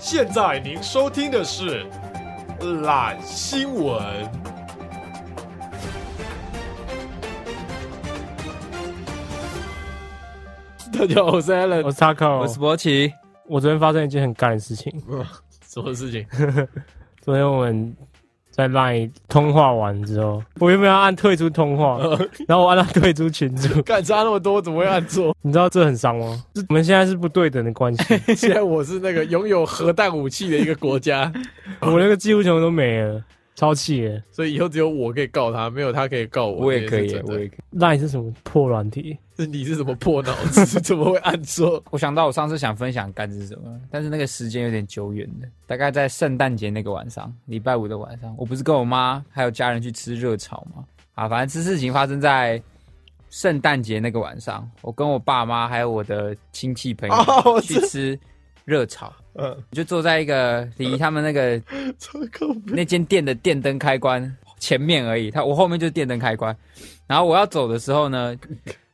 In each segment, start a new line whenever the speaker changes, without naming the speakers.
现在您收听的是《懒新闻》。
大家好，我是 Alan，
我是 Taco，
我是博奇。
我昨天发生一件很干的事情。
什么事情？
昨天我们在 Line 通话完之后，我原本要按退出通话，然后我按到退出群组。
干差那么多，怎么会按错？
你知道这很伤吗？我们现在是不对等的关系，
现在我是那个拥有核弹武器的一个国家，
我那个技术球都没了，超气的。
所以以后只有我可以告他，没有他可以告我。
我也可
这
以
是，真的
我也可以。
Line 是什么破软体？
是你是什么破脑子？怎么会按 错？
我想到我上次想分享干是什么，但是那个时间有点久远了，大概在圣诞节那个晚上，礼拜五的晚上，我不是跟我妈还有家人去吃热炒吗？啊，反正这事情发生在圣诞节那个晚上，我跟我爸妈还有我的亲戚朋
哦 我
友
知
去吃热炒，
嗯，
就坐在一个离他们那个
超靠谱。
那间店的电灯开关前面而已，他我后面就是电灯开关。然后我要走的时候呢，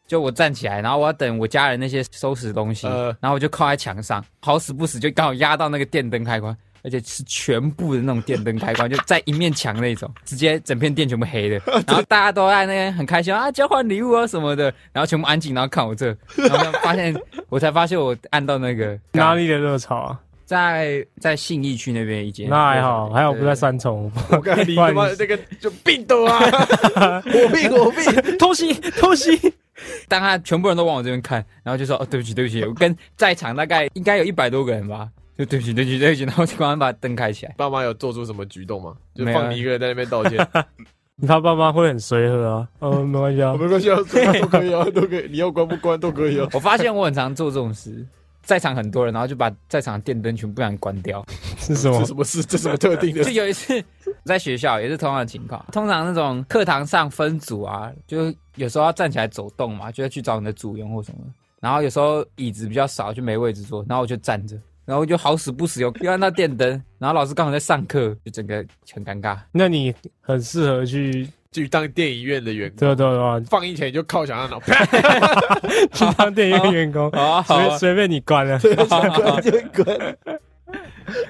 就我站起来，然后我要等我家人那些收拾东西，
呃
然后我就靠在墙上，好死不死就刚好压到那个电灯开关，而且是全部的那种电灯开 关，就在一面墙那种，直接整片店全部黑的。然后大家都在那边很开心啊，交换礼物啊什么的，然后全部安静，然后看我这，然后发现我才发现我按到那个
哪里的热潮啊？
在在信义区那边一间，
那还好，还好不在
对
三重。
我看你他妈那个就病毒 啊！我病我病，
偷袭，偷袭！
当他全部人都往我这边看，然后就说：“哦，对不起，对不起。”我跟在场大概应该有一百多个人吧，就对不起，对不起，对不起。然后就赶快把灯开起来。
爸妈有做出什么举动吗？就
没有啊
放你一个人在那边道 歉，
他爸妈会很随和啊。嗯，没关系啊
我。没关系啊，都可以啊，都可以，你要关不关都可以啊。
我发现我很常做这种事，在场很多人，然后就把在场的电灯全部不想关掉。
是什么
这？什么事？这什么特定的
就？有一次在学校也是同样的情况，通常那种课堂上分组啊，就有时候要站起来走动嘛，就要去找你的组员或什么的。然后有时候椅子比较少，就没位置坐，然后我就站着，然后我就好死不死有又按到电灯，然后老师刚好在上课，就整个很尴尬。
那你很适合去，
去当电影院的员工，
对对对啊，
放映前就靠墙上脑， 啪，
去当电影院员工，
哦，好啊
随随便你关了，
关就关。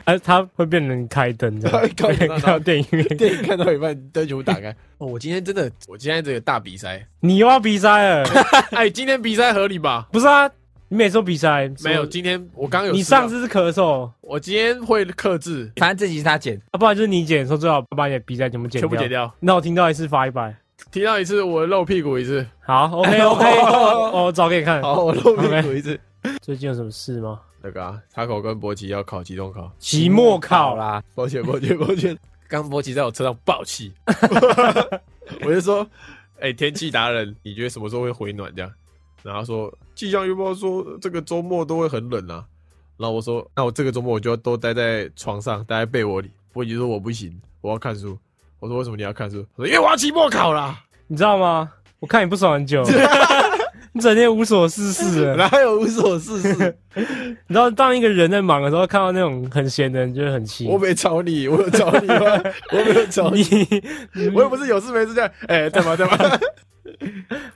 而他会变成开灯这
他会 开灯
样，到电影院。
电影看到一半，灯全部打开。 哦，我今天真的，我今天这个大比赛，
你又要比赛 了？
哎，今天比赛合理吧？
不是啊，你每次都比赛
没有，啊
说
今天我刚刚有
你
吃到
上，次是咳嗽，
我今天会克制，
反正这集是他剪，
啊，不然就是你剪，说最好把你的比赛全部剪
全
掉。
部剪。掉。
那我听到一次罚一百。
听到一次，我露屁股一 次，
好，OK OK，我找给你看。
哦好，我露屁股一次。
最近有什么事吗？
那个啊，插口跟博奇要考期中考，
期末考啦，
啦，
抱歉，抱歉， 抱歉。刚博奇在我车上爆气， 我就说：“哎、天气达人，你觉得什么时候会回暖？”这样，然后他说气象预报说这个周末都会很冷啊。然后我说：“那我这个周末我就要都待在床上，待在被窝里。”博奇说：“我不行，我要看书。”我说：“为什么你要看书？”他说：“因为我要期末考啦。
你知道吗？我看你不爽很久，你整天无所事事” 的。
哪有无所事事？
你知道，当一个人在忙的时候，看到那种很闲的人，就会很气。
我没找你，我有找你吗？我没有找你，
你
我又不是有事没事这样。哎、在吗？在吗？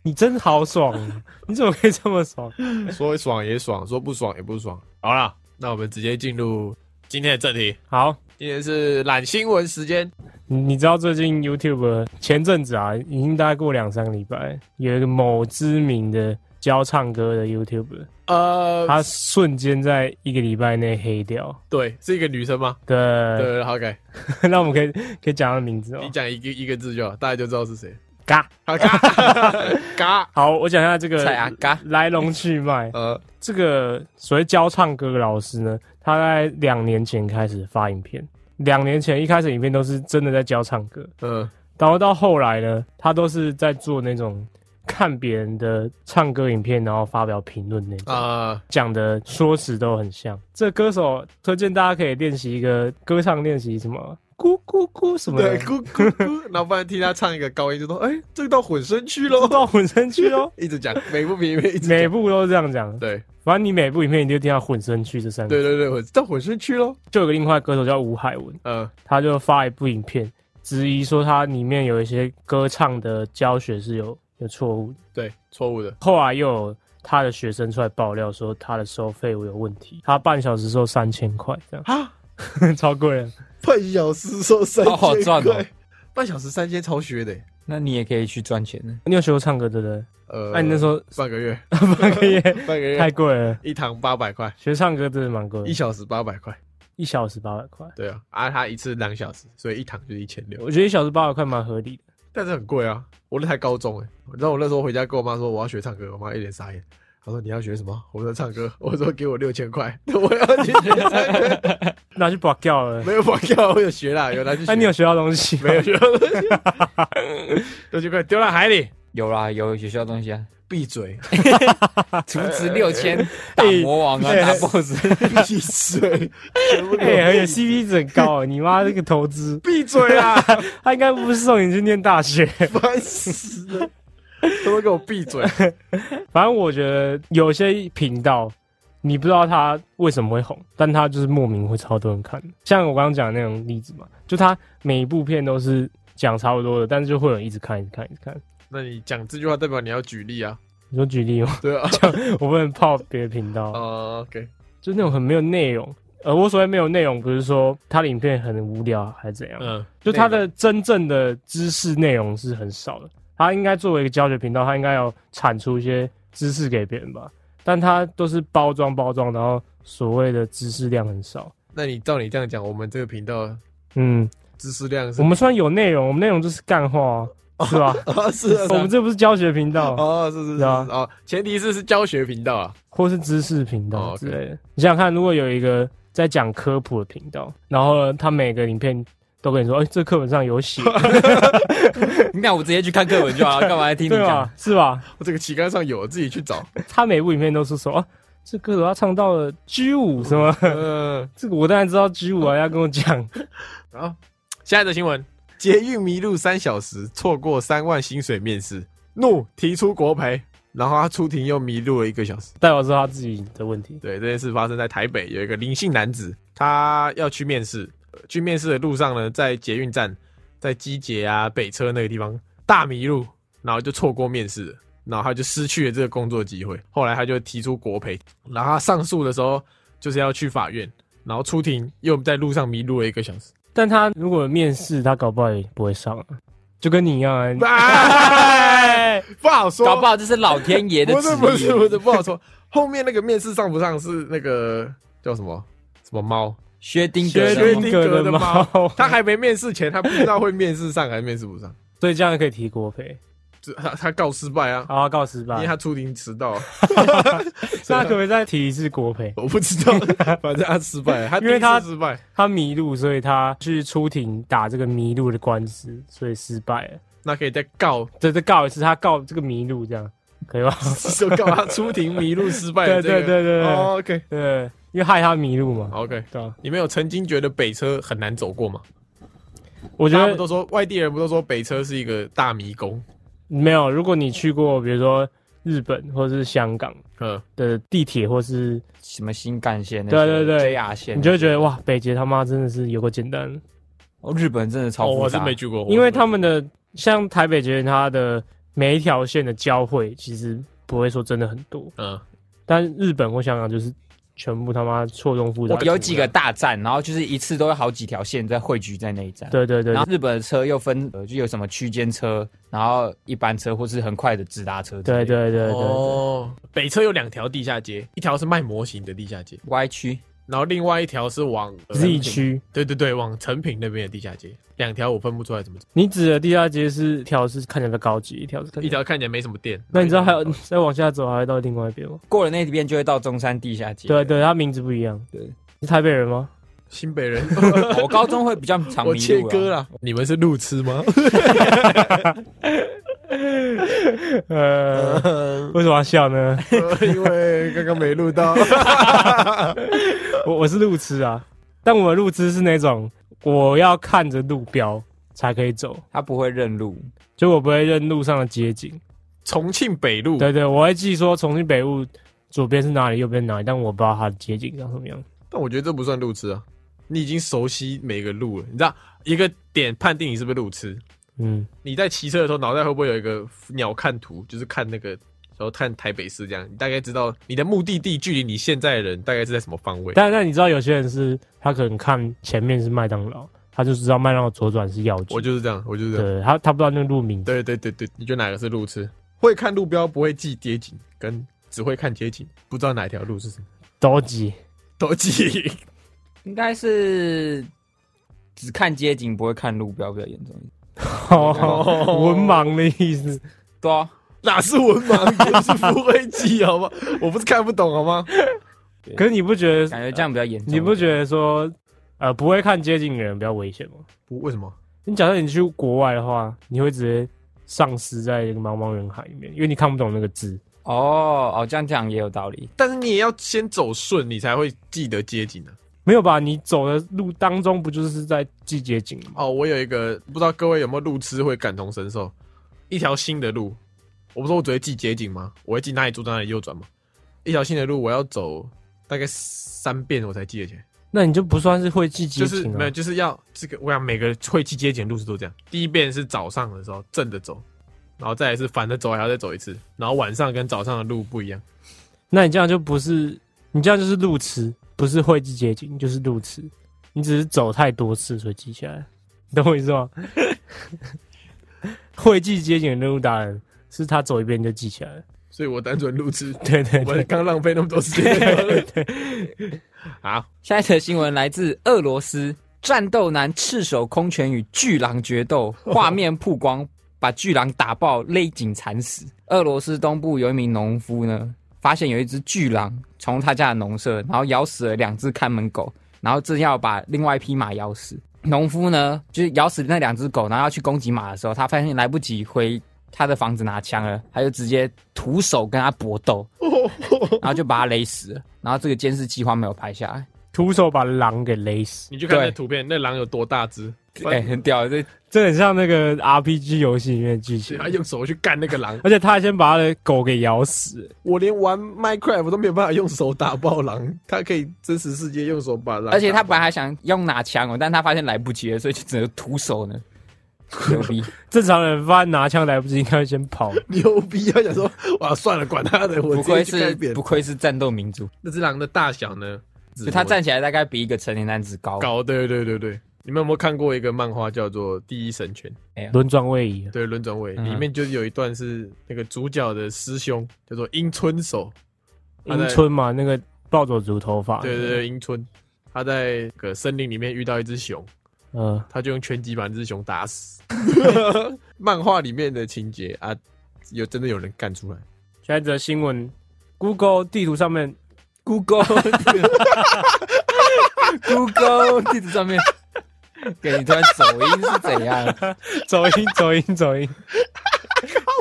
你真好爽，啊你怎么可以这么爽？
说爽也爽，说不爽也不爽。好啦，那我们直接进入今天的正题。
好，
今天是懒新闻时间，
你你知道最近 YouTube 前阵子啊，已经大概过两三个礼拜，有一个某知名的教唱歌的 YouTube，
呃，
他瞬间在一个礼拜内黑掉。
对，是一个女生吗？
对，
对，好，OK，
那我们可以可以讲他的名字哦
你。讲一个一个字就好，大家就知道 是谁。
嘎，
好，嘎 嘎，
好，我讲一下这个
蔡阿嘎，
来龙 去脉。
呃，
这个所谓教唱歌的老师呢，他在两年前开始发影片，两年前一开始影片都是真的在教唱歌，
嗯，
然后到后来呢，他都是在做那种看别人的唱歌影片，然后发表评论那种，
啊，
讲的说辞都很像。这歌手推荐大家可以练习一个歌唱练习，什么咕咕咕什么的
对，，咕咕咕，然后不然听他唱一个高音，就说，哎，这个到混声区喽，。
到混声区哦
一直讲，美不平 一直
每
讲，
部都是这样讲，
对，
反正你每部影片你就听到混声区这三个字。
对对对，我到混声区喽，
就有个另外歌手叫吴海文，
嗯
他就发一部影片，质疑说他里面有一些歌唱的教学是有有错误的。
对，错误的，
后来又有他的学生出来爆料说他的收费有问题，他半小时收三千块这样。
啊，
超贵了。
半小时收三
好好赚
千
哦
块，半小时三千超削的欸。
那你也可以去赚钱呢。
你有学过唱歌对不对？
呃，
那、你那时候
半个月，
半个月
半个
太
月
贵了，
一堂八百块，
学唱歌真的蛮贵的，
一
一
小时八百块，
一小时八百块。
啊对啊，啊，他一次两小时，所以一堂就是一千六，
我觉得一小时八百块蛮合理的。
但是很贵啊。我那才高中哎、你知道我那时候回家跟我妈说我要学唱歌，我妈一脸傻眼，她说你要学什么？我说唱歌，我说给我六千块， 我要去学唱歌。
拿去拔掉了。
没有绑票，我有学啦，啊有拿去学。
那、你有学到东西吗？
没有学到东西？ 六千块丢到海里，
有啦，有学校东西啊，
闭嘴，
储值六千，打魔王啊，
哎
打 BOSS，
闭嘴，全部给
哎、
我
而且 CP 值很高、哦，你妈这个投资，
闭嘴 啊！
他应该不是送你去念大学。
烦死了，他们给我闭嘴。
反正我觉得有些频道，你不知道他为什么会红，但他就是莫名会超多人看。像我刚刚讲的那种例子嘛，就他每一部片都是讲差不多的，但是就会有人一直看，一直看，一直看。
那你讲这句话代表你要举例啊？
你说举例吗？
对啊，
我不能泡别的频道，
啊，OK，
就那种很没有内容。呃，我所谓没有内容，不是说他的影片很无聊还是怎样，
嗯，
就它的真正的知识内容是很少的。它应该作为一个教学频道，它应该要产出一些知识给别人吧？但它都是包装包装，然后所谓的知识量很少。
那你照你这样讲，我们这个频道
嗯，
知识量是
我们虽然有内容，我们内容就是干话、啊，是吧？
啊 是啊，是
我
啊
们这不是教学频 道，
哦是是是
是啊
哦，前提是是教学频道啊，
或是知识频
哦
道
，OK
之类的。你想想看，如果有一个在讲科普的频道，然后呢，他每个影片都跟你说，哎、这课本上 有写，
啊
那我直接去看课文就好了，干嘛还听你
对
讲
吧？？是吧？
我这个旗杆上有，自己去找。
他每部影片都是说，啊、这歌手他唱到了 G 五什么，
嗯，
这个我当然知道 G 五啊，要跟我讲，
好，下一则新闻：捷运迷路三小时，错过三万薪水面试，怒提出国赔。然后他出庭又迷路了一个小时。
代表是他自己的问题。
对，这件事发生在台北，有一个林姓男子，他要去面试，呃去面试的路上呢，在捷运站，在机捷啊北车那个地方大迷路，然后就错过面试了，然后他就失去了这个工作机会。后来他就提出国赔，然后他上诉的时候就是要去法院，然后出庭又在路上迷路了一个小 时。
但他如果面试，他搞不好也不会上啊，就跟你一样 啊。
哎，不好说，
搞不好这是老天爷的
不
旨
是
意。
不是不是不好说。后面那个面试上不上是那个叫什么什么猫？
薛丁格
薛
的
定
吗，
定
谔
的
的
猫
猫，
他还没面试前，他不知道会面试上还是面试不上，
所以这样可以提国赔，
就他他告失败啊，
好啊，告失
因为
败。
他出庭迟到 啊，
那可不可以再提一次国赔？
我不知道， 反正他失败了，他
因为他
第一次失败，
他迷路，所以他去出庭打这个迷路的官司，所以失败了。
那可以再告，
这再告一次，他告这个迷路，这样可以吧？
就告他出庭迷路失败的这个。
对对对对对
哦，OK
对，因为害他迷路嘛。
OK，
对啊，
你们有曾经觉得北车很难走过吗？
我
我
觉得
们都说外地人不都说北车是一个大迷宫，
没有，如果你去过，比如说日本或是香港
嗯，
的地铁，或是
什么新干线那些？
对对对
，JR 线，
你就会觉得哇，北捷他妈真的是有个简单，
哦日本真的超
哦，
复
我是
杂
没。去过，
因为他
们
们的像台北捷运，它的每一条线的交汇其实不会说真的很多，
嗯，
但日本或香港就是全部他妈错综复杂
我。有几个大站，然后就是一次都有好几条线在汇聚在那一站。
对对对
然，后日本的车又分，呃就有什么区间车，然后一般车或是很快的直达车之类
对
的。
对对对，
哦，北车有两条地下街，一条是卖模型的地下街，
，Y 区
然后另外一条是往呃
Z 区，
对对对，往成品那边的地下街，两条我分不出来怎么走，
你指的地下街是一条是看起来比较高级，一条是看
一
起来。
条看起来没什么店。
那你知道还有再往下走还会到另外一边吗？
过了那边就会到中山地下街。
对啊对，它名字不一样。
对，
是台北人吗？
新北人，
我高中会比较 常
我
迷
切
路啊
割。了。你们是路痴吗？
呃，
呃
为什么要笑呢？
因为刚刚没录到。
我我是路痴啊，但我的路痴是那种我要看着路标才可以走，
他不会认路，
就我不会认路上的街景。
重庆北路，
对对，我会记说重庆北路左边是哪里，右边是哪里，但我不知道它的街景长什么样。
但我觉得这不算路痴啊。你已经熟悉每个路了，你知道一个点判定你是不是路痴。
嗯，
你在骑车的时候，脑袋会不会有一个鸟看图，就是看那个然后看台北市这样，你大概知道你的目的地距离你现在的人大概是在什么方位。
但但你知道有些人是他可能看前面是麦当劳，他就知道麦当劳左转是药局
我，就是这样，我就是这样。
对他他不知道那个路名。
对对对对，你觉得哪个是路痴？会看路标，不会记街景，跟只会看街景，不知道哪一条路是什么，
多吉，
都记。
应该是只看街景不会看路标比较严重一点。
文盲的意思。
对啊，
哪是文盲，不是不会记，好吗？ 我不是看不懂，好吗？
可是你不觉得
感觉这样比较严重。
你不觉得说，呃，不会看街景的人比较危险吗？
不，为什么？
你假设你去国外的话，你会直接丧失在一个茫茫人海里面，因为你看不懂那个字。
哦哦，这样讲也有道理。
但是你也要先走顺，你才会记得街景啊呢、
没有吧？你走的路当中不就是在季节景吗？
哦，我有一个不知道各位有没有路痴会感同身受，一条新的路，我不是说我只会记街景吗？我会记哪里左转哪里右转吗？一条新的路，我要走大概三遍我才记得起来，
那你就不算是会季节啊
就是
景
没
了
有，。就是要这个，我想每个会记街景的路痴都这样，第一遍是早上的时候正着走，然后再来是反着走，还要再走一次，然后晚上跟早上的路不一样。
那你这样就不是，你这样就是路痴，不是会季节景，就是路痴。你只是走太多次，所以记起来了，你懂我意思 吗？会季街景的路达人是他走一遍就记起来了。
所以我单纯路 痴，
对对
我
对，
刚浪费那么多时间。 好，
下一则新闻来自俄罗斯，战斗男赤手空拳与巨狼决斗，画面曝光，把巨狼打爆，勒颈惨死。俄罗斯东部有一名农夫呢，发现有一只巨狼从他家的农舍，然后咬死了两只看门狗，然后正要把另外一匹马咬死。农夫呢，就是咬死那两只狗，然后要去攻击马的时候，他发现来不及回他的房子拿枪了，他就直接徒手跟他搏斗，然后就把他勒死了。然后这个监视计划没有拍下来。
徒手把狼给勒死，
你去看那
对
图片，那狼有多大只？
哎、很屌，这
这很像那个 RPG 游戏里面的剧情。
他用手去干那个狼，
而且他还先把他的狗给咬死，
我连玩 Minecraft 我都没有办法用手打爆狼，他可以真实世界用手把狼。
而且他本来还想用拿枪哦，但他发现来不及了，所以就只能徒手呢。牛逼！
正常人发现拿枪来不及，应该会先跑。
牛逼，啊他想说哇算了，管他的，我
不
直接
愧
去
是
干扁
不。愧是战斗民族，
那只狼的大小呢？
就他站起来大概比一个成年男子高。
高，对对对对。你们有没有看过一个漫画叫做《第一神拳》？
轮转位移，
对，轮转位
嗯
里面就是有一段是那个主角的师兄叫做樱村守，他在
英村嘛，那个暴走族头发，
对对，对，樱村，他在那个森林里面遇到一只熊，
嗯，
他就用拳击把那只熊打死。漫画里面的情节啊，有真的有人干出来，
下一则新闻，Google 地图上面
Google ，Google 地图上面，给你突然走音是怎样？
走音 走音走音，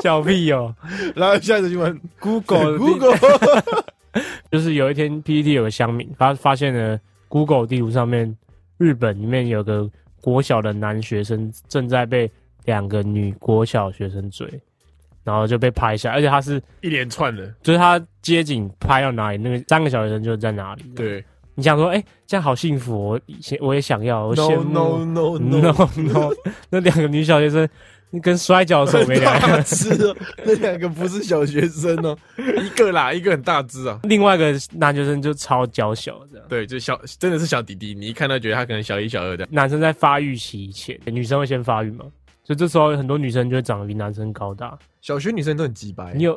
小屁友
然后下一则新闻呃
，Google 的地就是有一天 PPT 有个乡民，他发现了 Google 地图上面日本里面有个国小的男学生正在被两个女国小学生追，然后就被拍下，而且他是
一连串的，
就是他街景拍到哪里，那个三个小学生就在哪里。，
对
你想说，哎、这样好幸福、哦，我以前我也想要，我羡慕。哦
no
no no，那两个女小学生跟摔跤手没两 样。
大只哦，那两个不是小学生哦，一个啦，一个很大只啊。
另外一个男学生就超娇小这样。
对，就小真的是小弟弟，你一看他觉得他可能小一、小二的，
男生在发育期前，女生会先发育嘛，所以这时候很多女生就会长得比男生高大。
小学女生都很鸡掰。
你 有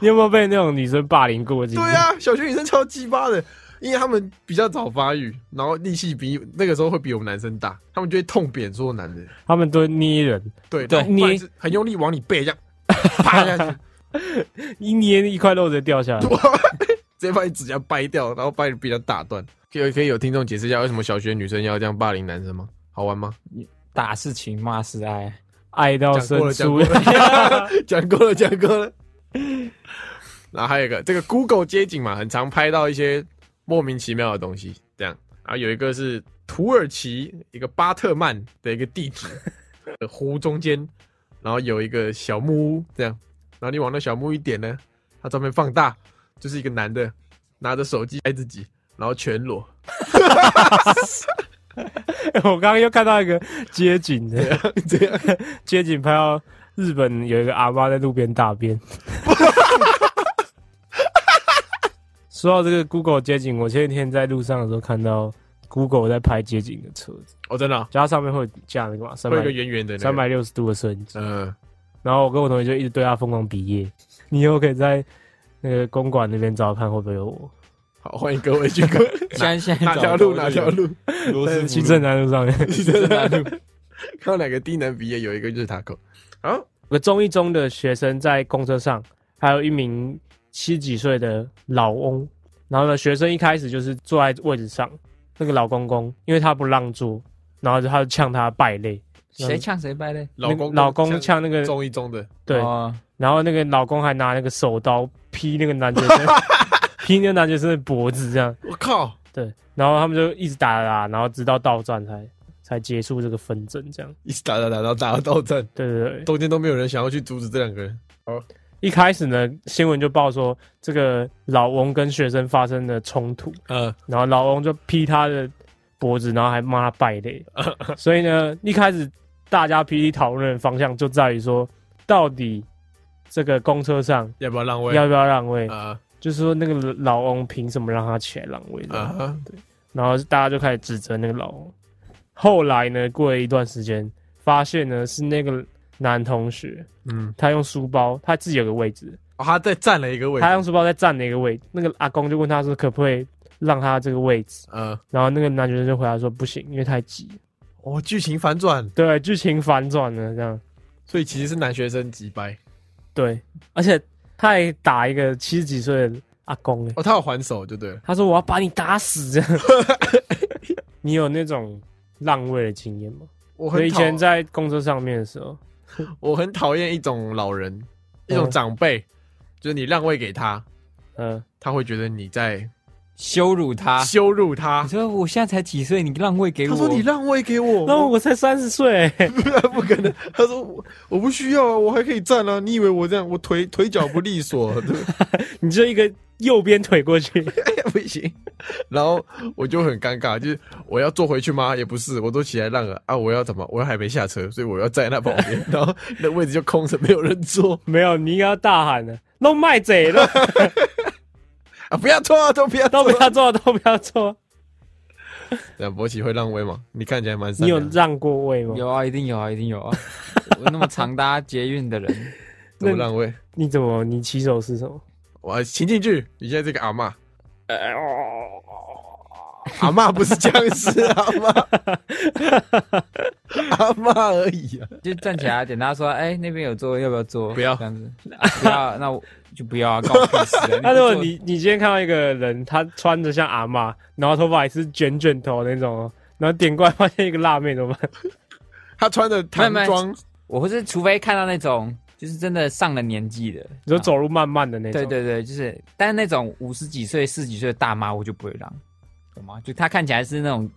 你有没有被那种女生霸凌过？
对，啊，小学女生超鸡巴的，因为他们比较早发育，然后力气比那个时候会比我们男生大，他们就会痛扁所有男人。
他们都捏人，
对
对
然后不然是很用力往你背这样啪下去，
一捏一块肉就掉下来。
直接把你指甲掰掉，然后把你鼻梁打断。可以可以有听众解释一下，为什么小学女生要这样霸凌男生吗？好玩吗？
打是情，骂是爱。
爱到
讲过
生
了，讲过。
疏
了， 讲过了，讲过了。然后还有一个，这个 Google 街景嘛，很常拍到一些莫名其妙的东西，这样。然后有一个是土耳其一个巴特曼的一个地址，呃湖中间，然后有一个小木屋，这样。然后你往那小木屋一点呢，它照片放大，就是一个男的拿着手机拍自己，然后全裸，
我刚刚又看到一个街景的，
这样
街景拍到日本有一个阿妈在路边大便。 说到这个 Google 街景，我前几天在路上的时候看到 Google 在拍街景的车子，
哦，真的啊、
就它上面会有架那个嘛，三
会有一
百
个圆圆的、那个，
三百六十度的摄影机。
嗯，
然后我跟我同学就一直对他疯狂比耶。你以后可以在那个公馆那边找看会不会有我，
好，欢迎各位去看
现在现在
哪
找
条
不
路
到
哪条路，
罗斯
在
福
新正南路上面。
真的看到两个低能鼻也有一个就是塔口，
我中一中的学生在公车上，还有一名七十几岁的老翁。然后呢，学生一开始就是坐在位置上，那个老公公因为他不让座，然后他就呛他败类，
谁呛谁掰嘞？
老公
那个老公
像
呛那个
中一中的，
对，
哦
然后那个老公还拿那个手刀劈那个男学生，劈那个男学生的脖子这样，
我靠，
对，然后他们就一直打打打，然后直到到站才才结束这个纷争，这样，
一直打打打到打到到站，
对对对。
中间都没有人想要去阻止这两个人，
一开始呢，新闻就报说这个老翁跟学生发生了冲突，
呃，
然后老翁就劈他的脖子，然后还骂他败 类。所以呢，一开始大家霹雳讨论的方向就在于说，到底这个公车上
要不要让位？
要不要让位？
啊
就是说那个老翁凭什么让他起来让位？
啊哈，
然后大家就开始指责那个老翁。后来呢，过了一段时间，发现呢是那个男同学，
嗯，
他用书包，他自己有个位置，
哦他再占了一个位置
他，用书包在占了一个位置。那个阿公就问他说，可不可以让他这个位置？
呃，
然后那个男学生就回答说，不行，因为太挤了。
哦，剧情反转，
对，剧情反转了，这样
所以其实是男学生击败，
对，而且他还打一个七十几岁的阿公、欸，
哦，他有还手就对了，
他说我要把你打死这样。你有那种让位的经验吗？
我
我
很
以
讨
前在公车上面的时候，
我很讨厌一种老人，一种长辈，就是你让位给他，
嗯、
他会觉得你在
羞 辱他。
羞辱他
你。说我现在才几岁，你让位嗯给我？
他说：“你让位给我，
那我才三十岁，
不可能。”他说我：“我不需要啊，我还可以站啊。你以为我这样，我腿腿脚不利索，对不
你就一个右边腿过去，
对不行。” 然后我就很尴尬，就是我要坐回去吗？也不是，我都起来让了啊。我要怎么？我还没下车，所以我要站在那旁边， 然后那位置就空着，没有人坐
没有，你应该要大喊的，弄卖贼了，
啊！不要坐啊，都不要
都
坐
不。要做，都不要做。
那博奇会让位吗？你看起来蛮善
你有
良的
让过位吗？
有啊，一定有啊，一定有啊！我那么常搭捷运的人，
怎么让位？
你怎么？你起手是什么？
我请进去，你现在这个阿嬷，阿嬷不是僵尸，阿嬷，阿嬷而已啊。
就站起来点他说：“哎，那边有座位，要不要坐？”
不要
这样子，啊不要， 那我就不要啊，搞屁事啊！
那
不
如
坐
果你你今天看到一个人，他穿着像阿嬷，然后头发也是卷卷头那种哦，然后点过来发现一个辣妹怎么办？
她穿的唐
慢
装，
我会是除非看到那种就是真的上了年纪的，
你说
啊、
走路慢慢的那种，
对，对对，就是，但是那种五十几岁、四十几岁的大妈，我就不会让，懂吗？就她看起来是那种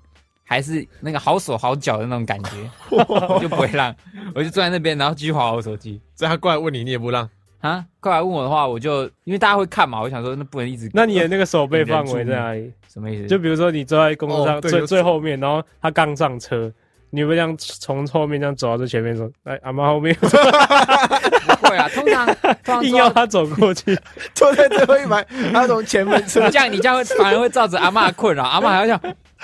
还是那个好手好脚的那种感 觉，我就不会让，我就坐在那边，然后继续划我手机。
所以她过来问你，你也不 让。
啊，过来问我的话，我就因为大家会看嘛，我想说那不能一直
那你的那个手背范围在哪里？
什么意思？
就比如说你坐在公车
哦
上
对
最、
有
最后面，然后他刚上车，你会不会这样从后面这样走到最前面说，哎，阿妈后面，
不会啊，通常通常
硬要
坐
他走过去，
坐在最后一排，她从前门车
你这样你这样会反而会造成阿嬷的困扰，阿嬷还要这样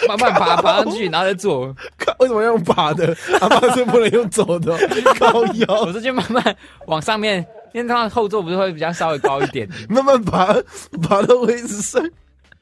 慢慢爬爬上去，然后再坐。
看，为什么要用爬的？阿嬷是不能用走的， 高
我
腰，
说就慢慢往上面，因为它的后座不是会比较稍微高一点，
慢慢爬，爬到位置 上。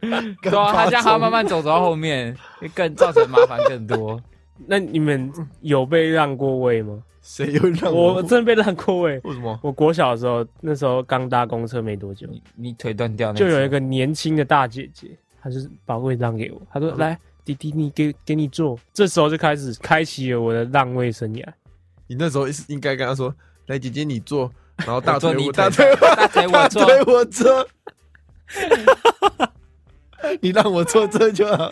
对啊，他这样还要慢慢走走到后面，会更造成麻烦更多。
那你们有被让过位吗？
谁又让
我真的被让过位。
为什么？
我国小的时候，那时候刚搭公车没多久，
你你腿断掉那次，
就有一个年轻的大姐姐，她就是把位让给我，她说：“
嗯
来，弟弟，你给给你坐。”这时候就开始开启了我的让位生涯。
你那时候是应该跟她说：“来，姐姐你坐。”然后大
我坐
腿
你
我
腿
大腿我
大腿我坐，
对我坐， 你让我坐这就好，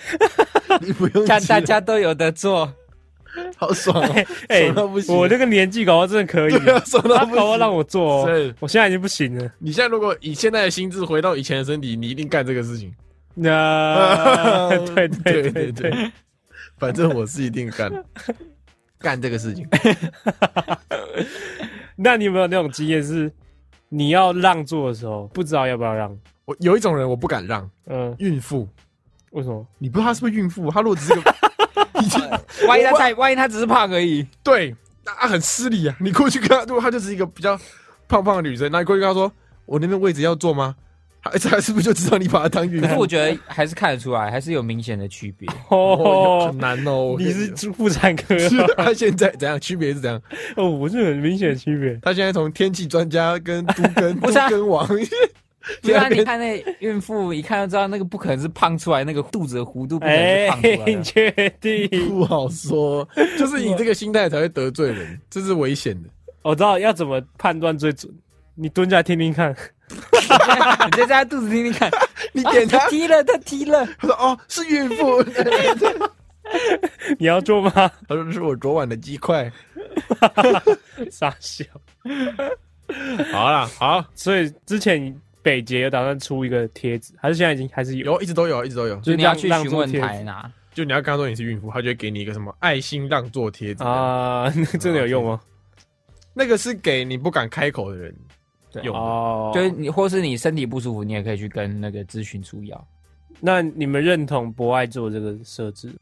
你不用
看
骑
大家都有的坐，
好爽哦，
哎、
爽到不行
我那个年纪搞到真的可以、
对啊，爽到
她
不
搞到
行。
让我坐、哦，
是
我现在已经不行了。
你现在如果以现在的心智回到以前的身体，你一定干这个事情。
那、
对
对对
对
对对，
对，反正我是一定干，干这个事情。
那你有没有那种经验是，你要让座的时候不知道要不要让？
我有一种人我不敢让，
嗯，
孕妇，
为什么？
你不知道她是不是孕妇，她如果只是个已经
万一他太，万一他只是胖而已，
对，那她很失礼啊。你过去跟她，如果她就是一个比较胖胖的女生，那你过去跟她说，我那边位置要坐吗？她她是不是就知道你把她当孕
可是
妇
我？觉得还是看得出来，还是有明显的区别。
哦，
哦
很，难哦。
你是妇产科 啊、
是他现在怎样？区别是怎样？
哦，我是很明显的区别。
他现在从天气专家跟都跟都
不是啊
跟王，
不 然你
变
看那孕妇，一看就知道那个不可能是胖出来，那个肚子的弧度不可能
哎、
是胖出来
你
的。
确定？
不好说，就是你这个心态才会得罪人，这是危险的。
我知道要怎么判断最准。你蹲下来听听看，
你再在他肚子听听看，
你点
啊
他，
踢了，他踢了。
他说哦是孕 妇，
你要做吗？
他说这是我昨晚的鸡块。
傻笑。
好啦，好，
所以之前北捷有打算出一个贴纸，还是现在已经还是有，
有一直都有，一直都有。
就
就是你要
让
去
让
询
座
问
贴
台
纸
拿，
就你要跟他说你是孕妇，他就会给你一个什么爱心让座贴纸啊，
啊？ 那真的有用吗？
那个是给你不敢开口的人
对啊
用的。
哦，
就是你或是你身体不舒服，你也可以去跟那个咨询处要。
那你们认同博爱座这个设置？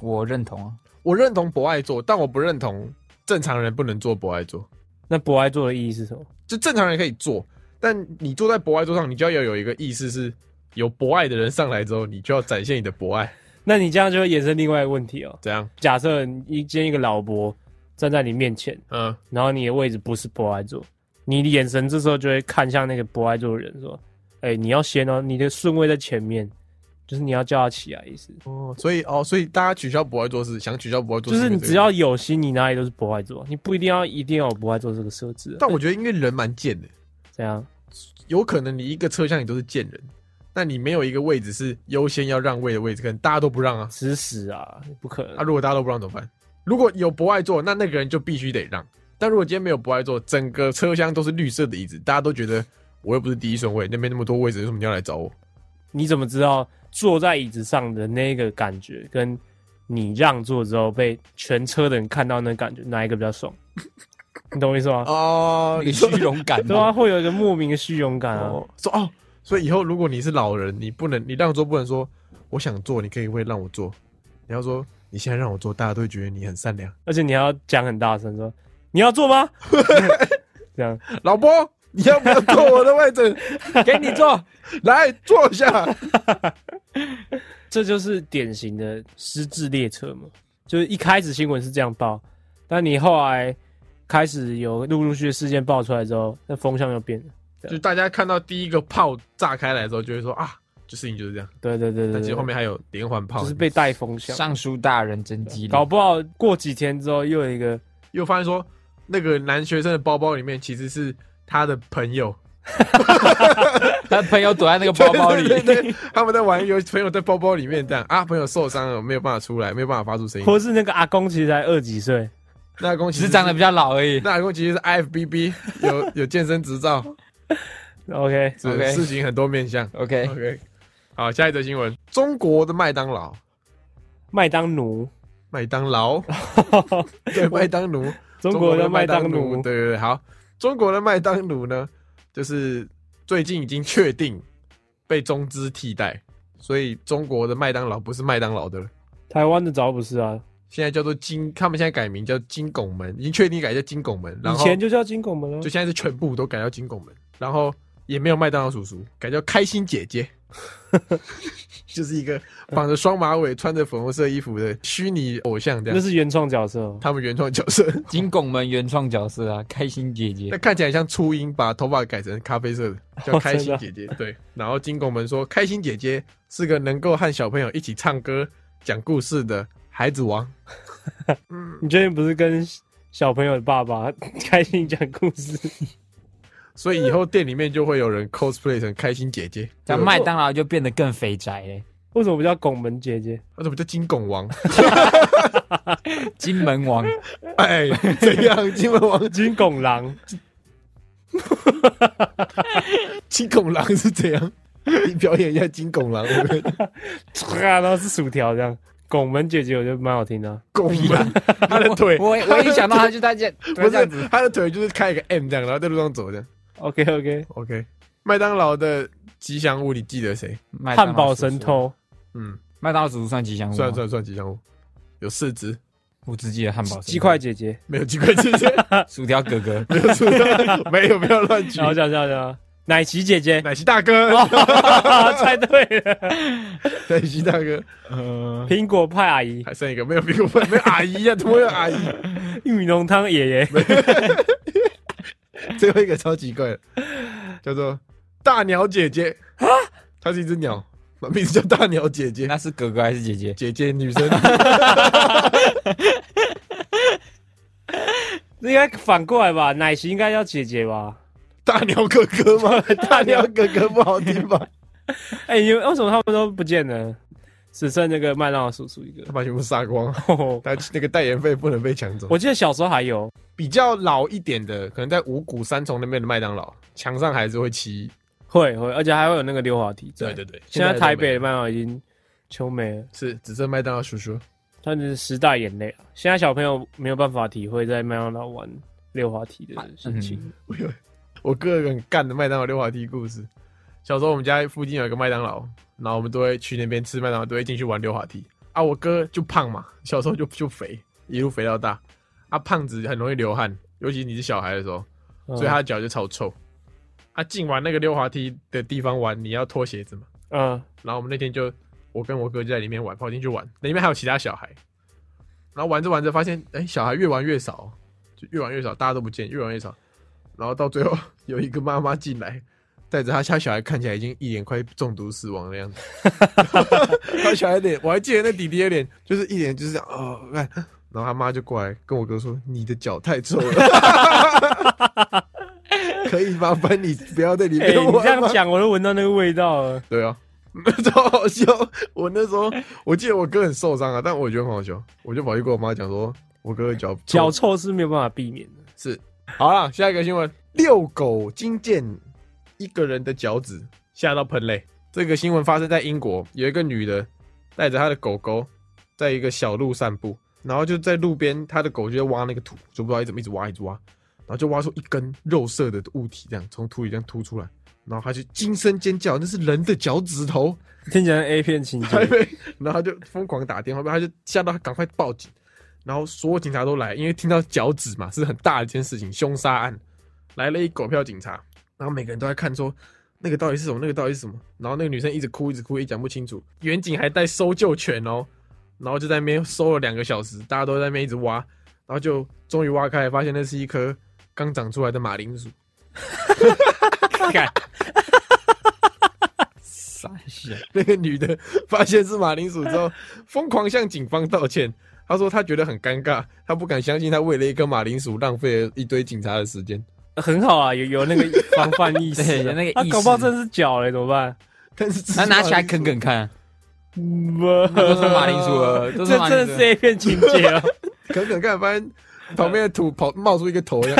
我认同啊，
我认同博爱座，但我不认同正常人不能做博爱座。
那博爱座的意义是什么？
就正常人可以做，但你坐在博爱桌上，你就要有一个意识是，有博爱的人上来之后，你就要展现你的博爱，
那你这样就会衍生另外一个问题哦。
怎样？
假设你一见一个老伯站在你面前，
嗯，
然后你的位置不是博爱座，你的眼神这时候就会看向那个博爱座的人，说：“哎、你要先哦，你的顺位在前面，就是你要叫他起来，意思
哦，所以哦，所以大家取消博爱桌是想取消博爱桌，
就是你只要，有心，你哪里都是博爱座，你不一定要一定要有博爱座这个设置。啊
但我觉得因为人蛮贱的，
这样
有可能你一个车厢里都是贱人，那你没有一个位置是优先要让位的位置，可能大家都不让啊，
指使啊，不可能
啊，。如果大家都不让怎么办？如果有博爱座，那那个人就必须得让。但如果今天没有博爱座，整个车厢都是绿色的椅子，大家都觉得我又不是第一顺位，那边那么多位置，为什么你要来找我？
你怎么知道坐在椅子上的那个感觉，跟你让座之后被全车的人看到那感觉，哪一个比较爽？你懂我意思吗？
哦，
你虚荣感
对啊，会有一个莫名的虚荣感啊。
哦，说哦，所以以后如果你是老人，你不能，你让座不能说我想做，你可以会让我做，你要说你现在让我做，大家都会觉得你很善良。
而且你还要讲很大声说你要做吗？ 这样
老伯，你要不要坐我的位置？
给你 做，
来坐下。
这就是典型的失智列车嘛，就是一开始新闻是这样报，但你后来开始有陆陆续续事件爆出来之后，那风向又变了。
就大家看到第一个炮炸开来的时候，就会说啊，这事情就是这样。
对对对对
但
对
其实后面还有连环炮，
就是被带风向，
尚书大人真机灵
搞，不好过几天之后又有一个
又发现说那个男学生的包包里面其实是他的朋 友。
他朋友躲在那个包包里，
对对对 他们在玩游，朋友在包包里面这样啊，朋友受伤了，没有办法出来，没有办法发出声音。
或是那个阿公其实才二几岁，
那恭喜
只是长得比较老而已。
那阿公其实是 IFBB，有有健身执 照，
OK，哎
是
OK
事情很多面向。
OK，
OK，好，下一则新闻：中国的麦当劳，
麦当奴，
麦当 劳，对，麦当奴，
中国的麦当
奴，
奴，
对对对，好，中国的麦当奴呢，就是最近已经确定被中资替代，所以中国的麦当劳不是麦当劳的了。
台湾的早不是啊，
现在叫做金，他们现在改名叫金拱门，已经确定改叫金拱门。然
以
后
前就叫金拱门了
就。现在是全部都改叫金拱门，然后也没有麦当劳叔叔，改叫开心姐姐，就是一个绑着双马尾、穿着粉红色衣服的虚拟偶像这
那
样。
是原创角色、哦，
他们原创角色，
金拱门原创角色啊，开心姐姐
那，看起来像初音，把头发改成咖啡色的，叫开心姐姐。对，然后金拱门说，开心姐姐是个能够和小朋友一起唱歌、讲故事的孩子王。
你最近不是跟小朋友的爸爸 开心讲故事？
所以以后店里面就会有人 cosplay 成开心姐姐，
这样
对
麦当劳就变得更肥宅嘞。
为什么不叫拱门姐姐？
那啊怎么叫金拱王？
金门王，
哎，怎样？金门王
金拱狼，
金拱狼是怎样？你表演一下金拱狼，我们
啊然后是薯条这样。拱门姐姐我觉得蛮好听的啊、
狗屁啊！ 他的腿，
我我一想到他就在 这，
不
这样
是
子，
他的腿就是开一个 M 这样，然后在路上走的。
OK OK，
OK，麦当劳的吉祥物你记得谁？
麦当劳
汉
叔
堡
叔
神，偷，
嗯，
麦当劳叔叔算吉祥物吗，
算算算吉祥物，有四只，
我只记得汉堡神偷
鸡块姐姐，
没有鸡块姐 姐，
薯条哥 哥，
没有薯条，没有不要乱举
然。后讲讲讲奶昔姐姐，啊
奶昔大哥，
猜对了，
奶昔大哥，呃
嗯，
苹果派阿姨，
还剩一个没有苹果派，没有阿姨啊，怎么会有阿姨？
玉米浓汤爷爷，
最后一个超奇怪的，叫做大鸟姐姐啊，它是一只鸟，名字叫大鸟姐姐，
那是哥哥还是姐姐？
姐姐女生，
应该反过来吧？奶昔应该叫姐姐吧？
大鸟哥哥吗？ 大鸟哥哥不好听吧？
哎、你们为什么他们都不见了？只剩那个麦当劳叔叔一个
他。把全部杀光，
哦
但那个代言费不能被抢走。
我记得小时候还有，
比较老一点的，可能在五谷三重那边的麦当劳墙上还是会漆。
会会，而且还会有那个溜滑梯。
对对，对，
现在台北的
都没
麦当劳已经求没了，
是只剩麦当劳叔叔。
他是时代眼泪啊！现在小朋友没有办法体会在麦当劳玩溜滑梯的心情。
我有我个人干的麦当劳溜滑梯故事。小时候我们家附近有一个麦当劳，然后我们都会去那边吃麦当劳，都会进去玩溜滑梯。啊，我哥就胖嘛，小时候就就肥，一路肥到大。啊，胖子很容易流汗，尤其你是小孩的时候，
嗯
所以他的脚就超臭。他进完那个溜滑梯的地方玩，你要脱鞋子嘛？
嗯，
然后我们那天就我跟我哥就在里面玩，跑进去玩，里面还有其他小孩。然后玩着玩着发现，哎、小孩越玩越少，就越玩越少，大家都不见，越玩越少。然后到最后有一个妈妈进来，带着她家小孩，看起来已经一脸快中毒死亡的 样子。他小孩脸，我还记得那弟弟的脸，就是一脸就是这样哦，看。然后他妈就过来跟我哥说：“你的脚太臭了， 可以麻烦你不要在里
哎、
面玩
你
吗
这样讲我都闻到那个味道了。
对啊， 超好笑。我那时候我记得我哥很受伤啊，但我觉得很好笑，我就跑去跟我妈讲说，我哥的脚
脚臭是没有办法避免的。
是。好了，下一个新闻，遛狗惊见一个人的脚趾，吓到喷泪。这个新闻发生在英国，有一个女的带着她的狗狗，在一个小路散步，然后就在路边，她的狗就在挖那个土，就不知道怎么一直挖一直挖，然后就挖出一根肉色的物体，这样从土里这样凸出来，然后她就惊声尖叫，那是人的脚趾头。
听起来 A 片情
台
节，
北， 然后他就疯狂打电话，他就吓到他赶快报警，然后所有警察都来，因为听到脚趾嘛是很大的一件事情，凶杀案，来了一狗票警察，然后每个人都在看说那个到底是什么，那个到底是什么，然后那个女生一直哭一直哭，也讲不清楚，远警还带搜救犬哦，然后就在那边搜了两个小时，大家都在那边一直挖，然后就终于挖开，发现那是一颗刚长出来的马铃薯。
看，傻 笑，
那个女的发现是马铃薯之后，疯狂向警方道歉。她说她觉得很尴尬，她不敢相信她为了一颗马铃薯浪费了一堆警察的时间。
很好啊，有有那个防范意 识啊，
对有那个
啊
意识
搞不好真的是脚嘞，怎么办？
但是
他拿起来啃啃看，都是
不，
马铃薯 了，嗯都
这
是马
真
铃
的
薯
是 A 片情 节哦。
啃啃看，发现旁边的土跑冒出一个头来，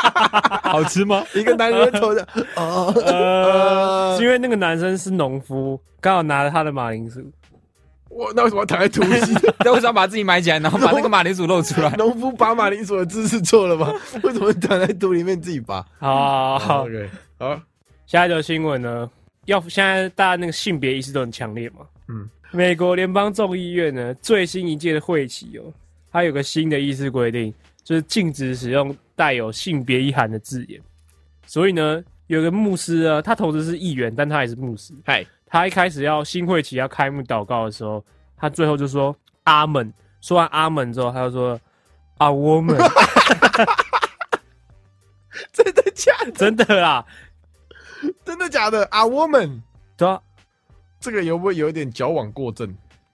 好吃吗？
一个男人的头的。哦，
呃，是因为那个男生是农夫，刚好拿了他的马铃薯，
我那为什么要躺在土里？
那为什么把自己埋起来，然后把那个马铃薯露出来？
农夫拔马铃薯的姿势错了吧？为什么躺在土里面自己拔？
好好好，
OK，好，
下一条新闻呢，要现在大家那个性别意识都很强烈嘛。
嗯
嗯，美国联邦众议院呢最新一届的会期哦，它有个新的议事规定，就是禁止使用带有性别意涵的字眼。所以呢，有个牧师啊，他同时是议员，但他也是牧师。
嗨，
他一开始要新会期要开幕祷告的时候，他最后就说阿门。说完阿门之后，他就说啊 woman，
真的假？
真的啦，
真的假的？啊，woman，
对啊，
这个有不会有点矫枉过正？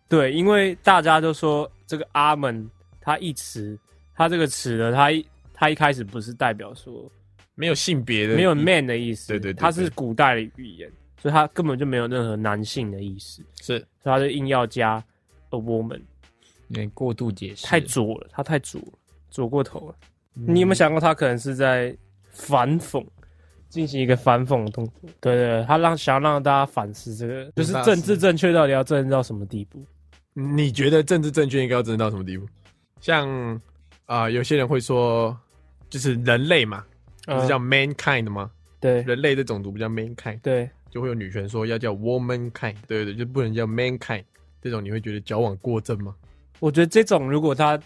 对，因为大家都说这个阿门，它一词，它这个词呢，它一它一开始不是代表说
没有性别的，
没有 man 的意思，
对对对对
它是古代的语言，所以它根本就没有任何男性的意思，
是
所以它就硬要加 a woman，
有点过度解释，
太左了，它太左了，左过头了。
嗯
你有没有想过，他可能是在反讽，进行一个反讽的动作？对对对，他让想要让大家反思这个，就是
大
政
师
治正确到底要正到什么地步？
你觉得政治正确应该要真的到什么地步？像啊、呃有些人会说，就是人类嘛，
嗯
不是叫 mankind 吗？
对
人类的种族不叫 mankind，
对，
就会有女权说要叫 womankind，对对，就不能叫 mankind。这种你会觉得矫枉过正吗？
我觉得这种如果他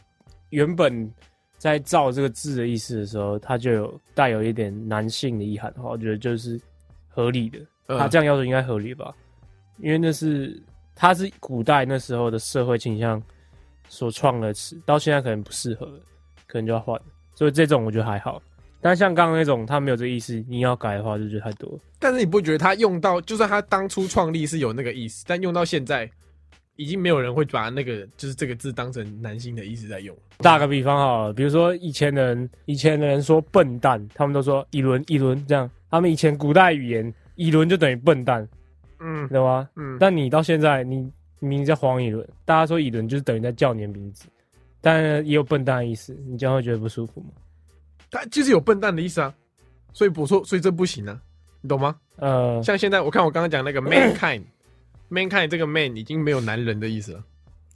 原本在造这个字的意思的时候，他就有带有一点男性的意涵的话，我觉得就是合理的。
嗯
他这样要求应该合理吧？因为那是他是古代那时候的社会倾向所创的词，到现在可能不适合了，可能就要换。所以这种我觉得还好。但像刚刚那种，他没有这个意思，你要改的话，就觉得太多了。
但是你不觉得他用到，就算他当初创立是有那个意思，但用到现在，已经没有人会把那个就是这个字当成男性的意思在用了。
打个比方好了，比如说以前的人，以前的人说笨蛋，他们都说一轮一轮这样。他们以前古代语言一轮就等于笨蛋，
嗯
你懂吗？
嗯，
但你到现在，你你名字叫黄一轮，大家说一轮就是等于在叫你的名字，但也有笨蛋的意思，你这样会觉得不舒服吗？
他就是有笨蛋的意思啊，所以不说，所以这不行啊，你懂吗？
呃，
像现在我看我刚刚讲 那个 mankind，mankind 这个 man 已经没有男人的意思了。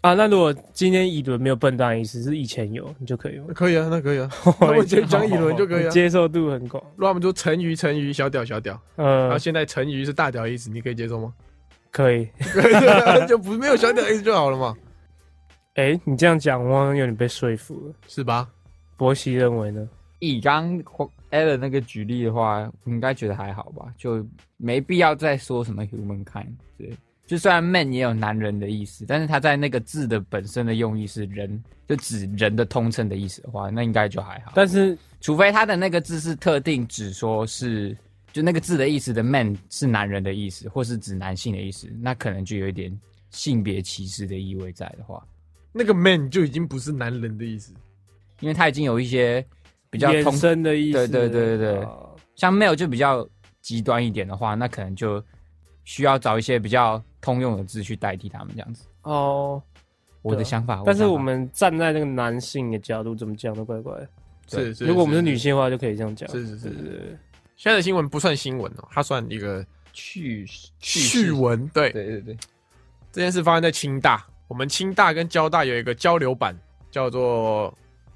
啊，那如果今天一轮没有笨蛋的意思，是以前有，你就可以 用。
可以啊，那可以啊，那我直接讲一轮就可以啊。
接受度很广。
如果他们说成鱼成鱼小屌小屌，然后
呃，
现在成鱼是大屌的意思，你可以接受吗？
可以。
就不没有小屌的意思就好了嘛，
哎、你这样讲，我好像有点被说服了。
是吧？
博西认为呢？
以刚 Alan 那个举例的话，我应该觉得还好吧，就没必要再说什么 human kind。对，就虽然 man 也有男人的意思，但是他在那个字的本身的用意是人，就指人的通称的意思的话，那应该就还好。
但是
除非他的那个字是特定指说是，就那个字的意思的 man 是男人的意思，或是指男性的意思，那可能就有一点性别歧视的意味在的话，
那个 man 就已经不是男人的意思，
因为他已经有一些比较通
衍生的意思，
对对对对对
哦
像 male 就比较极端一点的话，那可能就需要找一些比较通用的字去代替他们这样子。啊
哦，
我的想法，
但是
的想法
我们站在那个男性的角度，怎么讲都怪怪的。
对
是是。
如果我们是女性的话，就可以这样讲。
是，是是
对
是
对
是。
对。
现在的新闻不算新闻哦，它算一个
去
趣，闻。对，
对对对，
这件事发生在清大，我们清大跟交大有一个交流版，叫做，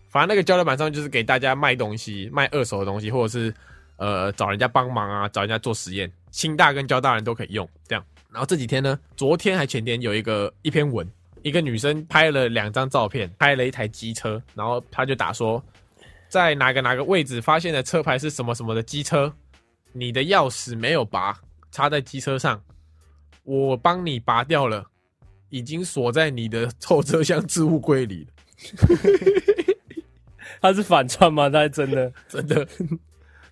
反正那个交流版上就是给大家卖东西，卖二手的东西，或者是呃找人家帮忙啊，找人家做实验，清大跟交大人都可以用这样。然后这几天呢，昨天还前天有一个一篇文，一个女生拍了两张照片，拍了一台机车，然后她就打说，在哪个哪个位置发现的车牌是什么什么的机车，你的钥匙没有拔，插在机车上，我帮你拔掉了。已经锁在你的后车厢置物柜里了，
他是反串吗？他是真的
真的。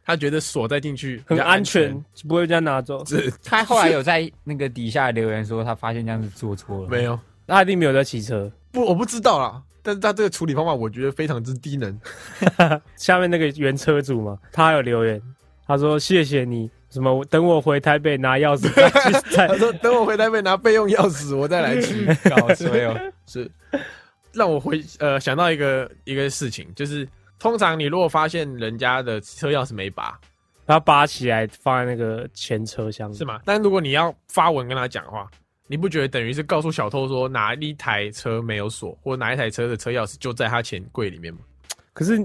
他觉得锁在进去比
很
较
安
安
全，不会被人家拿走。
这
他后来有在那个底下留言说，他发现这样子做错了，
没有
他一定没有在骑车。
不，我不知道啦。但是他这个处理方法，我觉得非常之低能。
下面那个原车主嘛，他有留言，他说谢谢你，什么等我回台北拿钥匙再去再
他说：“等我回台北拿备用钥匙，我再来骑。
搞所有
是” 让我回呃想到一个一个事情，就是通常你如果发现人家的车钥匙没拔，
他拔起来放在那个前车厢里
是吗？但如果你要发文跟他讲话，你不觉得等于是告诉小偷说哪一台车没有锁，或哪一台车的车钥匙就在他钱柜里面吗？
可是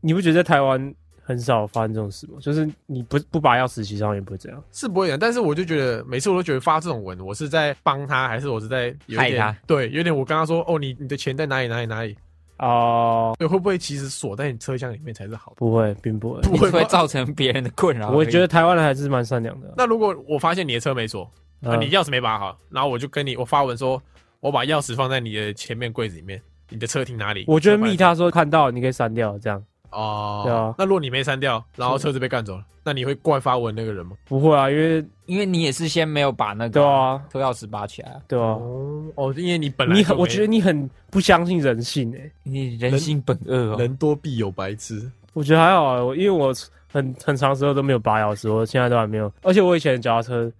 你不觉得在台湾很少发生这种事吗？就是你不不拔钥匙，其实上也不会这样。
是不会讲，但是我就觉得每次我都觉得发这种文，我是在帮他，还是我是在有一
害
点
他
对，有点我跟他说哦，你你的钱在哪里哪里哪里，
哦、
对，会不会其实锁在你车厢里面才是好的？
不会，并不会。
不
你只会
吗
造成别人的困
啊
扰而已。
我觉得台湾人还是蛮善良的啊、
那如果我发现你的车没锁，啊、
嗯
你钥匙没拔好，然后我就跟你我发文说，我把钥匙放在你的前面柜子里面，你的车停哪里？
我觉得
车牌
密他说看到你可以删掉，这样
哦，
对啊
那如果你没删掉，然后车子被干走了，那你会怪发文那个人吗？
不会啊，因为
因为你也是先没有把那个
对啊，
车钥匙拔起来啊，
对啊，
哦哦，因为你本来
你
就
很，我
没
觉得你很不相信人性诶、欸
你人性本恶哦。
人多必有白痴，
我觉得还好啊，我因为我很很长时候都没有拔钥匙，我现在都还没有，而且我以前的脚踏车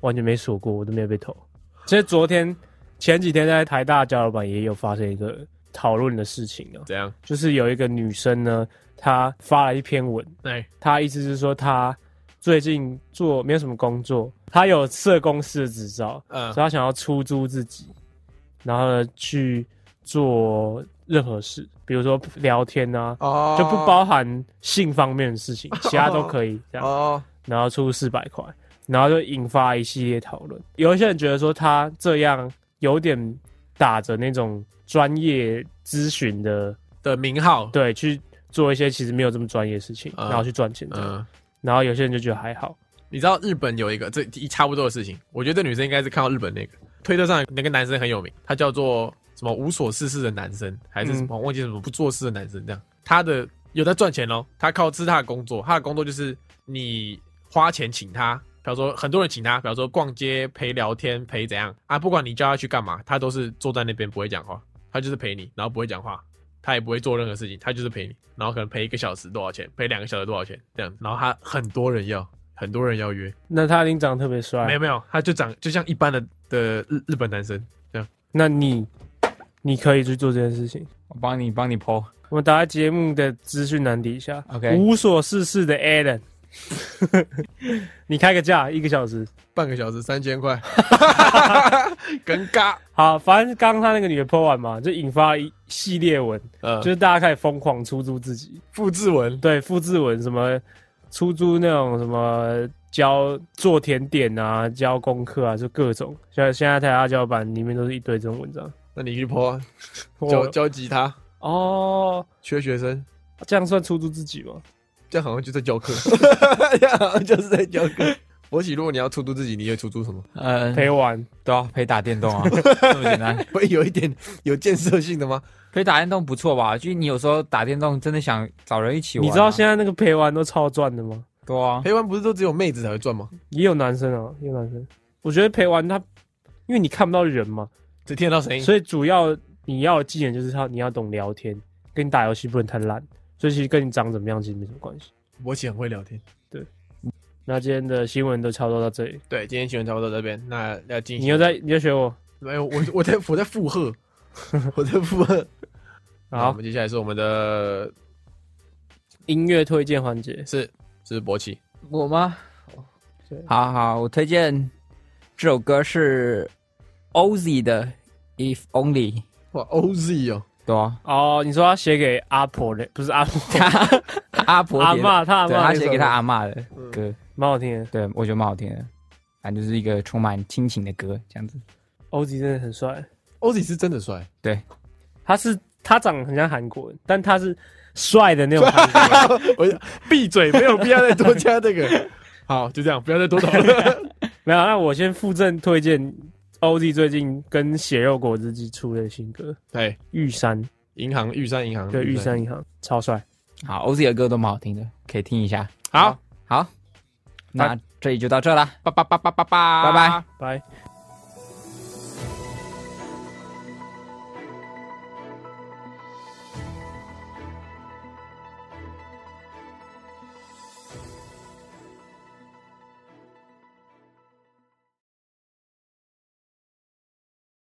完全没锁过，我都没有被偷。其实昨天前几天在台大交流版也有发生一个讨论的事情啊，
怎样？
就是有一个女生呢，她发了一篇文，
哎，
她意思是说她最近做没有什么工作，她有社公司的执照，
嗯
所以她想要出租自己，然后呢去做任何事，比如说聊天啊，
哦
就不包含性方面的 事情，其他都可以这样。
哦，
然后出四百块，然后就引发一系列讨论。有一些人觉得说他这样有点打着那种专业咨询的
的名号，
对去做一些其实没有这么专业的事情，
嗯
然后去赚钱的。
嗯。
然后有些人就觉得还好，
你知道日本有一个这一差不多的事情，我觉得这女生应该是看到日本那个推特上那个男生很有名，他叫做什么无所事事的男生，还是什么、忘记什么不做事的男生这样。他的有在赚钱哦，他靠这是他的工作，他的工作就是你花钱请他，比方说很多人请他，比方说逛街陪聊天陪怎样啊，不管你叫他去干嘛，他都是坐在那边不会讲话，他就是陪你，然后不会讲话，他也不会做任何事情，他就是陪你，然后可能陪一个小时多少钱，陪两个小时多少钱这样，然后他很多人要，很多人要约，
那他一定长得特别帅
没。有没有，他就长就像一般的的日日本男生这样，
那你你可以去做这件事情。
我帮你帮你剖。
我们打在节目的资讯栏底下
OK
无所事事的 Alan，你开个价一个小时。
半个小时三千 块，尴尬，
好，反正刚刚他那个女的 po 完嘛，就引发一系列文，
呃，
就是大家开始疯狂出租自己，
复制文，
对，复制文什么出租那种什么教做甜点啊，教功课啊，就各种。像现在台大教版里面都是一堆这种文章。
那你去泼教
我
教吉他，
哦，
缺学生，
这样算出租自己吗？
这样好像就在教课， 这样好像就是在教课。博喜，如果你要出租自己，你会出租什么？
呃，
陪玩，
对啊，陪打电动啊，这么简单。
会有一点有建设性的吗？
陪打电动不错吧？就是你有时候打电动真的想找人一起玩啊、
你知道现在那个陪玩都超赚的吗？
对啊，
陪玩不是都只有妹子才会赚吗？
也有男生啊，也有男生。我觉得陪玩他，因为你看不到人嘛，
只听得到声音。
所以主要你要的技能就是他，你要懂聊天，跟你打游戏不能太烂，所以其实跟你长怎么样其实没什么关系。
博喜很会聊天。
那今天的新闻都差不多到这里，
对，今天新闻差不多到这边，那要进
你
行。
又在你又学我，
没有，我我在我在附和， 我在附 和。那我
好，
们接下来是我们的
音乐推荐环节，
是是博奇，
我吗
对？
好好，我推荐这首歌是 Ozzy 的《If Only》，
哇，OZ 哦，
对啊，
哦，你说他写给阿婆的，不是阿婆，
他他阿婆
阿
写的，
嬷，他阿
对，
嬷，
他写给他，阿嬷的
嗯
歌，
蛮好听的。
对我觉得蛮好听的，反正就是一个充满亲情的歌，这样子。
欧吉真的很帅，
，OZ 是真的帅。
他是他长得很像韩国人，但他是帅的那种韩国人。
我闭嘴，没有必要再多加这 个。好，就这样，不要再多讨 论。
没有，那我先附赠推荐欧吉最近跟血肉果汁机出的新歌《
对，
玉山》，
银行玉山银行
对，嗯《玉山银行》超帅。
好，Ozzy 的歌都蛮好听的，可以听一下。
好，
好，那这里就到这啦，叭叭叭叭叭叭，拜拜。
拜。